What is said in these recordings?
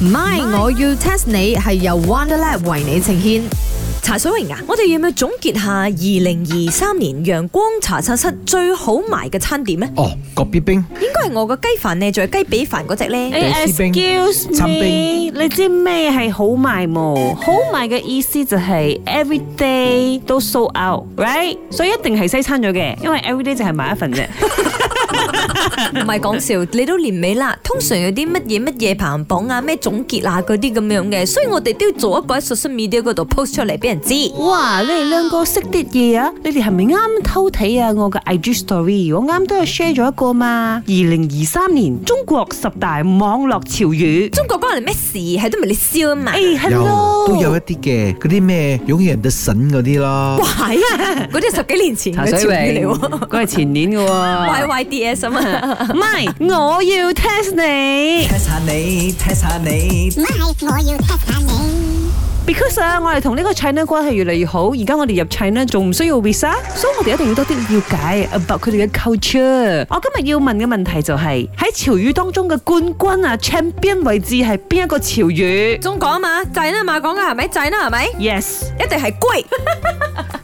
My，我要 test 你係由 Wonderlab 為你呈獻。茶水榮啊，我哋要唔要總結下二零二三年陽光茶餐室最好賣嘅餐點呢？哦，葛必冰，應該係我個雞飯呢，仲係雞髀飯嗰只呢。誒有私兵 excuse 參 me，兵你知咩係好賣冇？好賣嘅意思就係 every day 都 sold out，right？所以一定係西餐咗嘅，因為 every day 就係買一份 啫。唔係講笑，你都年尾啦，通常有啲乜嘢乜嘢排行榜啊、咩總結啊嗰啲咁樣嘅，所以我哋都要做一個喺 social media 嗰度 post 出嚟俾人知。哇！你哋兩個識啲嘢啊？你哋係咪啱偷睇啊？我嘅 IG story 我啱都有 share 咗一個嘛。二零二三年中國十大網絡潮語。中國關你咩事？係都唔係你燒啊嘛。誒有，hello，都有一啲嘅，嗰啲咩永遠人的神嗰啲啦。係啊，嗰啲係十幾年前茶嘅水潮語嚟榮喎。，嗰係前年嘅 Y 喎。 Y D S 啊嘛。唔係，我要 test 你 test 下你，test 下你 My，我要 test 下你。 ，because 啊，我哋同呢個 China 關係越嚟越好，而家我哋入 China 仲唔需要 visa，所以我哋一定要多啲了解 about 佢哋嘅 culture。我今日要問嘅問題就係、喺潮語當中嘅冠軍啊 champion 位置係邊一個潮語中國啊嘛，仔啦嘛講嘅係咪？仔啦係咪？ ？Yes，一定係龜，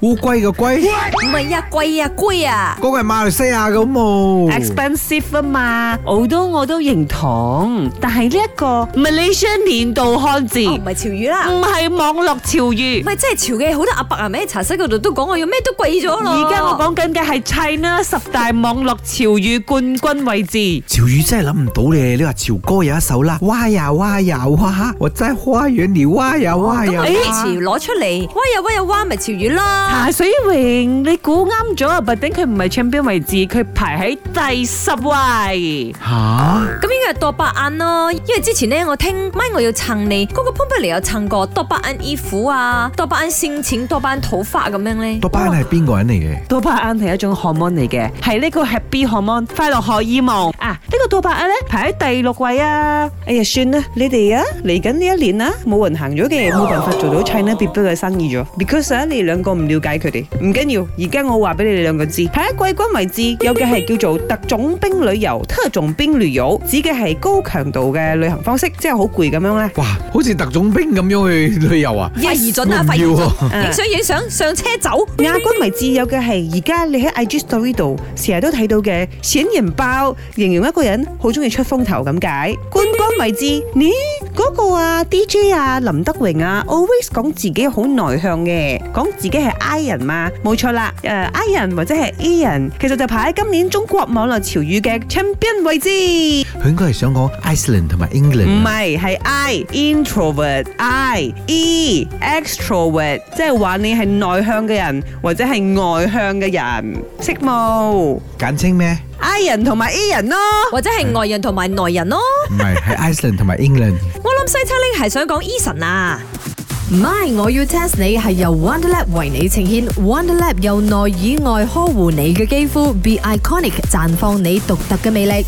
烏龜嘅龜，唔係啊龜啊龜啊！嗰個係馬來西亞咁喎。 expensive 啊嘛，好多我都認同，但係呢一個 Malaysian 年度漢字哦，唔哦唔係潮語啦，係、網絡潮語唔。係真係潮嘅，好多阿伯啊，咩茶室嗰度都講我要咩都貴咗咯。而家我講緊嘅係 China 十大網絡潮語冠軍位置。潮語真係諗唔到咧，你話潮歌有一首啦，哇呀哇呀哇，我在花園裏哇呀哇咁呀我哇。啲潮攞出嚟，哇呀哇呀哇咪潮語啦。茶啊水榮，你估啱咗啊！白丁佢唔係 champion 位置，佢排喺第十位。吓，咁應該係多巴胺咯，因為之前咧我聽咪我要撐你嗰個 p o m p e l 有撐過多巴胺衣服啊，多巴胺先錢，多巴胺土花咁樣咧。多巴胺係邊個人嚟嘅？多巴胺係一種荷爾蒙嚟嘅，係呢個 happy 荷爾蒙快樂荷爾蒙啊！呢、個多巴胺咧排喺第六位啊！哎呀，算啦，你哋啊嚟緊呢一年啊，冇人行咗嘅，冇辦法做到 China People 嘅生意咗，because 啊你兩個唔了解佢哋，唔緊要，而家我話俾你哋兩個知，排喺季軍位置有嘅係叫做特種兵旅遊，特種兵旅遊指嘅係高強度嘅旅行方式，即係好攰咁樣咧。哇，好似特種兵咁樣去旅遊啊！快移準啊，唔快移要準，喎影相影相，上車 走。亞軍為自有嘅係而家你喺 IG Story 度成日都睇到嘅閃人包，形容一個人好中意出風頭咁解。冠軍為之，咦嗰、個啊 DJ 啊林德榮啊，always 講自己好內向嘅，講自己係 I 人嘛，冇錯啦。誒、I 人或者係 E 人，其實就排喺今年中國網絡潮語嘅 champion 位置。佢應該係想講 Iceland 同埋 England à. 唔啊。係，係 I introvert I E extrovert，即係話你係內向嘅人或者係外向嘅人，識冇簡稱咩？ I 人同埋 E 人咯。或者係外人同埋內人咯。唔係，係 Iceland 同埋 England。我諗西餐拎係想講 Eason 啊， My，我要 test 你係由 Wonderlab 為你呈獻。Wonderlab 由內以外呵護你嘅肌膚，Be Iconic 綻放你獨特嘅魅力。